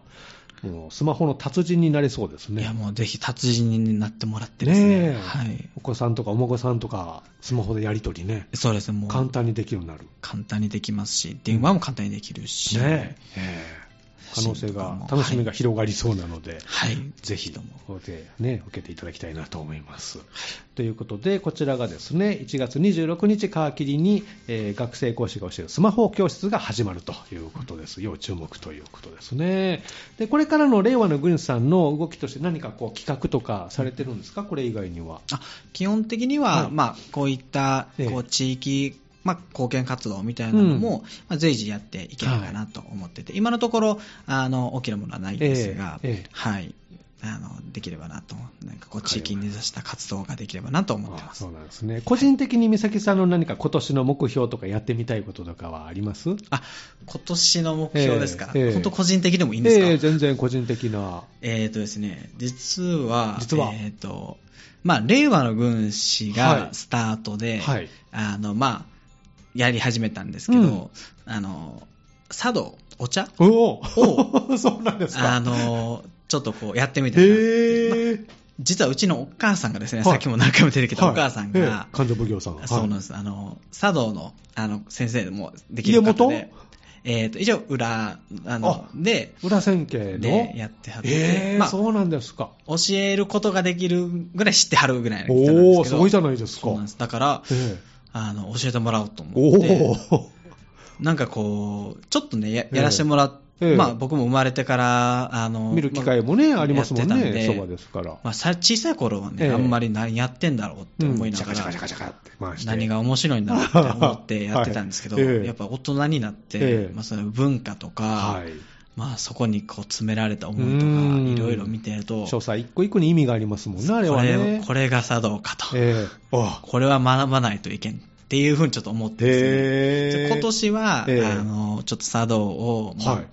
Speaker 1: もうスマホの達人になれそうですね。
Speaker 2: いや、もうぜひ達人になってもらってですね。
Speaker 1: え
Speaker 2: はい。
Speaker 1: お子さんとかお孫さんとか、スマホでやりとりね、
Speaker 2: そうですね、もう。
Speaker 1: 簡単にできるようになる。
Speaker 2: 簡単にできますし、電話も簡単にできるし、
Speaker 1: ねえ可能性が、楽しみが広がりそうなので、
Speaker 2: はい、
Speaker 1: ぜひ
Speaker 2: とも。
Speaker 1: で、ね、受けていただきたいなと思います。ということで、こちらがですね、1月26日皮切りに、えー学生講師が教えるスマホ教室が始まるということです。要注目ということですね。で、これからの令和の軍さんの動きとして何かこう企画とかされてるんですかこれ以外には。
Speaker 2: あ基本的には、
Speaker 1: はい
Speaker 2: まあ、こういった
Speaker 1: ええ
Speaker 2: こう地域、まあ、貢献活動みたいなのも、まあ、随時やっていければかなと思ってて、今のところあの大きなものはないですが、
Speaker 1: ええええ
Speaker 2: はい、あのできればなとなんかこう地域に根ざした活動ができればなと思って
Speaker 1: あ
Speaker 2: ます
Speaker 1: そうなんですね。個人的に美咲さんの何か今年の目標とかやってみたいこととかはあります
Speaker 2: あ今年の目標ですか、
Speaker 1: ええええ
Speaker 2: 本当個人的でもいいんですか、
Speaker 1: ええ全然個人的な。
Speaker 2: えーとですね、実は、
Speaker 1: 実は
Speaker 2: えーと、まあ、令和の軍
Speaker 1: は
Speaker 2: 師
Speaker 1: い
Speaker 2: がスタートで、
Speaker 1: はい
Speaker 2: あの、まあ、やり始めたんですけど、
Speaker 1: うん
Speaker 2: あの、茶道、お茶
Speaker 1: おおそうなんですか。
Speaker 2: あの、ちょっとこうやってみたら、
Speaker 1: へえ。
Speaker 2: 実はうちのお母さんがですね、
Speaker 1: はい
Speaker 2: さっきも何回も出てきた
Speaker 1: はい
Speaker 2: お母さん
Speaker 1: ええ
Speaker 2: が、
Speaker 1: 勘定奉行さん。はい
Speaker 2: そうなんです。あの、茶道の、あの、先生でもできる
Speaker 1: 家
Speaker 2: 方
Speaker 1: 元
Speaker 2: で、えっ、と、一応、裏、あの、
Speaker 1: あ
Speaker 2: で、
Speaker 1: 裏千家の。
Speaker 2: で、やってはって、
Speaker 1: えー
Speaker 2: まあ、
Speaker 1: そうなんですか。
Speaker 2: 教えることができるぐらい知ってはるぐらいの人なんですけ
Speaker 1: お
Speaker 2: ど。
Speaker 1: おすごいじゃないですか。
Speaker 2: そうなんです。だから、
Speaker 1: ええ
Speaker 2: あの、教えてもらおうと思って、
Speaker 1: おお
Speaker 2: なんかこう、ちょっとね、や
Speaker 1: ええ
Speaker 2: やらせてもらって、
Speaker 1: ええ
Speaker 2: まあ、僕も生まれてから、あの、
Speaker 1: 見る機会もね、
Speaker 2: ま
Speaker 1: ありますもん
Speaker 2: やってたん
Speaker 1: ね、
Speaker 2: で
Speaker 1: そばですから。
Speaker 2: まあ、さ小さい頃はね、
Speaker 1: ええ
Speaker 2: あんまり何やってんだろうって思いな
Speaker 1: シャ
Speaker 2: が
Speaker 1: カシャ
Speaker 2: ら
Speaker 1: カシャ、カシャカって回して。
Speaker 2: 何が面白いんだろうって思ってやってたんですけど、
Speaker 1: はい ええ
Speaker 2: やっぱ大人になって、
Speaker 1: ええ
Speaker 2: まあ、その文化とか、
Speaker 1: はい。
Speaker 2: まあ、そこにこう詰められた思
Speaker 1: うー
Speaker 2: い
Speaker 1: ん
Speaker 2: とか、いろいろ見てると、
Speaker 1: 詳細一個一個に意味がありますもんね、あれはね。
Speaker 2: これが茶道かと、
Speaker 1: ええあ
Speaker 2: これは学ばないといけんっていうふうにちょっと思ってですね。
Speaker 1: へえ
Speaker 2: 今年は、
Speaker 1: ええ
Speaker 2: あの、ちょっと茶道を、まあ
Speaker 1: はい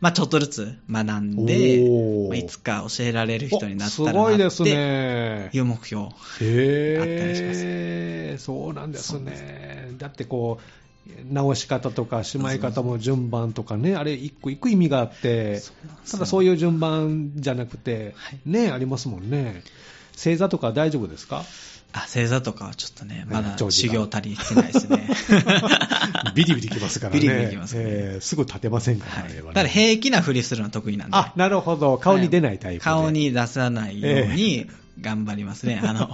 Speaker 2: まあ、ちょっとずつ学んで、
Speaker 1: おー
Speaker 2: まあいつか教えられる人になった
Speaker 1: お
Speaker 2: ら
Speaker 1: すごい
Speaker 2: な
Speaker 1: で
Speaker 2: っ
Speaker 1: す
Speaker 2: て
Speaker 1: ね。
Speaker 2: いう目標。あったりします
Speaker 1: へえそうなんですね。だってこう、直し方とか、しまい方も順番とかね、あれ一個一個意味があって、ただそう
Speaker 2: いう
Speaker 1: いう順番じゃなくて
Speaker 2: はい、
Speaker 1: ね、ありますもんね。正座とか大丈夫です か
Speaker 2: あ正座とかはちょっとね、まだ
Speaker 1: 常時
Speaker 2: 修
Speaker 1: が
Speaker 2: 行足りてないですね。
Speaker 1: ビリビリきますからね。
Speaker 2: ビリビリきますからね
Speaker 1: えーすぐ立てませんから、
Speaker 2: は
Speaker 1: あ
Speaker 2: い、
Speaker 1: れはね
Speaker 2: ただ平気なふりするのは得意なんで。
Speaker 1: あ、なるほど。顔に出ないタイプで。
Speaker 2: 顔。に出さないように頑張りますね。あの、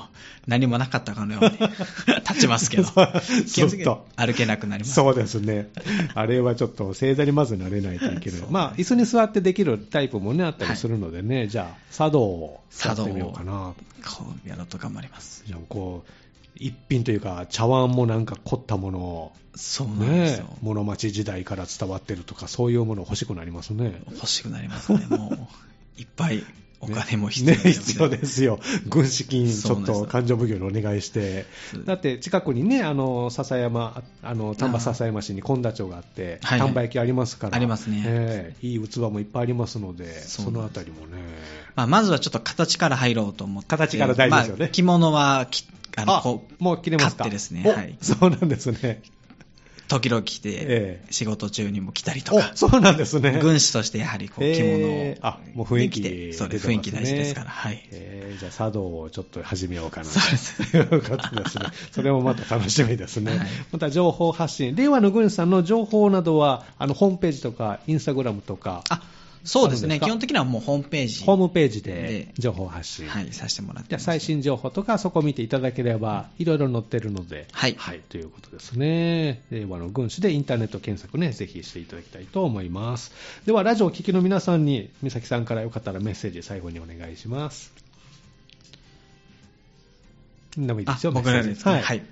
Speaker 2: 何もなかったかのように 立ちますけど。基本的
Speaker 1: ずっ
Speaker 2: に
Speaker 1: と。
Speaker 2: 歩けなくなります。
Speaker 1: そうです ね。あれはちょっと正座にまず慣れないといけな
Speaker 2: そ
Speaker 1: い。
Speaker 2: う
Speaker 1: まあ、椅子に座ってできるタイプもね、あったりするのでね、じゃあ、茶道をやってみようかな。
Speaker 2: こうやろうと頑張ります。
Speaker 1: じゃあ、こう、一品というか、茶碗もなんか凝ったものを、
Speaker 2: そうなんで
Speaker 1: ね
Speaker 2: すよ。、
Speaker 1: 室町時代から伝わってるとか、そういうもの欲しくなりますね。
Speaker 2: 欲しくなります ね。もう、いっぱいお金も必
Speaker 1: ね
Speaker 2: 要です、
Speaker 1: 必要ですよ。軍資金、ち
Speaker 2: そう
Speaker 1: ょ
Speaker 2: なん
Speaker 1: っ
Speaker 2: です
Speaker 1: と勘定奉行にお願いして
Speaker 2: そう。
Speaker 1: だって、近くにね、あの、笹山、あの、丹波笹山市に本田町があって、
Speaker 2: はい
Speaker 1: 丹波焼きありますから。
Speaker 2: ありますね
Speaker 1: ええいい器もいっぱいありますので、そ
Speaker 2: そう
Speaker 1: のあ
Speaker 2: なんで
Speaker 1: たりもね。
Speaker 2: まあ、まずはちょっと形から入ろうと思って。
Speaker 1: 形から大事ですよね
Speaker 2: まあ、着物はき、あの、こう、
Speaker 1: もう切れますか
Speaker 2: 買ってですね
Speaker 1: お
Speaker 2: はい
Speaker 1: そうなんですね。
Speaker 2: 時々着て
Speaker 1: え、
Speaker 2: 仕事中にも着たりと
Speaker 1: お
Speaker 2: か、
Speaker 1: そうなんですね。
Speaker 2: 軍師としてやはりこう着物を
Speaker 1: えーあもう雰囲気
Speaker 2: 着てそうです、
Speaker 1: 出
Speaker 2: 雰
Speaker 1: て
Speaker 2: 囲
Speaker 1: ますね
Speaker 2: 気大事ですから、はい。
Speaker 1: えーじゃあ、茶道をちょっと始めようかな
Speaker 2: そうで
Speaker 1: ということですね。 それもまた楽しみですね。
Speaker 2: はい
Speaker 1: また情報発信、令和の軍師さんの情報などは、あのホームページとか、インスタグラムとか、
Speaker 2: あ、そうです
Speaker 1: ある
Speaker 2: ね。
Speaker 1: んですか
Speaker 2: 基本的にはもうホームページ、
Speaker 1: ホームページ
Speaker 2: で
Speaker 1: で情報発信。
Speaker 2: はい、させてもらって
Speaker 1: じゃ
Speaker 2: ま
Speaker 1: あ
Speaker 2: す。
Speaker 1: 最新情報とか、そこ見ていただければ、いろいろ載ってるので、
Speaker 2: はい
Speaker 1: ということですね。令和の軍師でインターネット検索ね、ぜひしていただきたいと思います。では、ラジオをお聞きの皆さんに、美咲さんからよかったらメッセージ、最後にお願いします。でもいいですよ、
Speaker 2: あ僕らですか、
Speaker 1: は。
Speaker 2: はいい。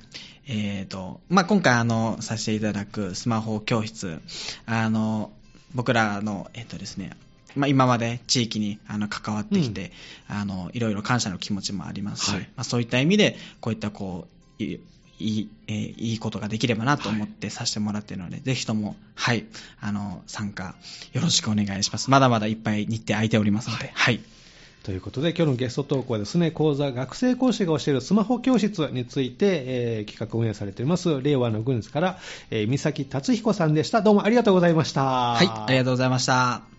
Speaker 2: えっ、と、まあ、今回、あの、させていただくスマホ教室、あの、僕らの、えっ、とですね、まあ、今まで地域にあの関わってきて、あの、いろいろ感謝の気持ちもありますし、
Speaker 1: はい
Speaker 2: まあ、そういった意味で、こういった、こう、いいい、えーいいことができればなと思ってさせてもらっているので、ぜひとも、はい、あの、参加よろしくお願いします。まだまだいっぱい日程空いておりますので、はい。
Speaker 1: ということで、今日のゲストトークはですね、講座学生講師が教えるスマホ教室について、えー企画運営されています、令和の軍師から、えー、美咲達彦さんでした。どうもありがとうございました。
Speaker 2: はい、ありがとうございました。